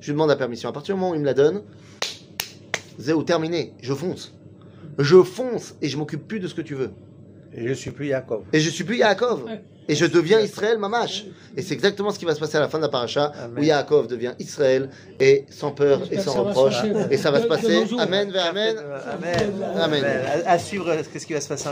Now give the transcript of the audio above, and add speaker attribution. Speaker 1: je lui demande la permission. À partir du moment où il me la donne, Zéo, terminé, je fonce. Je fonce et je m'occupe plus de ce que tu veux.
Speaker 2: Et je suis plus Yaakov.
Speaker 1: Et je suis plus Yaakov.
Speaker 3: Ouais.
Speaker 1: Et je deviens Israël, mamash. Et c'est exactement ce qui va se passer à la fin de la paracha,
Speaker 2: Amen.
Speaker 1: où Yaakov devient Israël, et sans peur, et
Speaker 3: J'espère que
Speaker 1: sans
Speaker 3: ça va
Speaker 1: reproche.
Speaker 3: se passer.
Speaker 1: Et ça va se
Speaker 3: De- de
Speaker 1: passer.
Speaker 3: nos jours.
Speaker 1: Amen, vers
Speaker 2: Amen.
Speaker 1: Amen. Amen.
Speaker 2: Amen. À, à suivre euh, ce qui va se passer encore.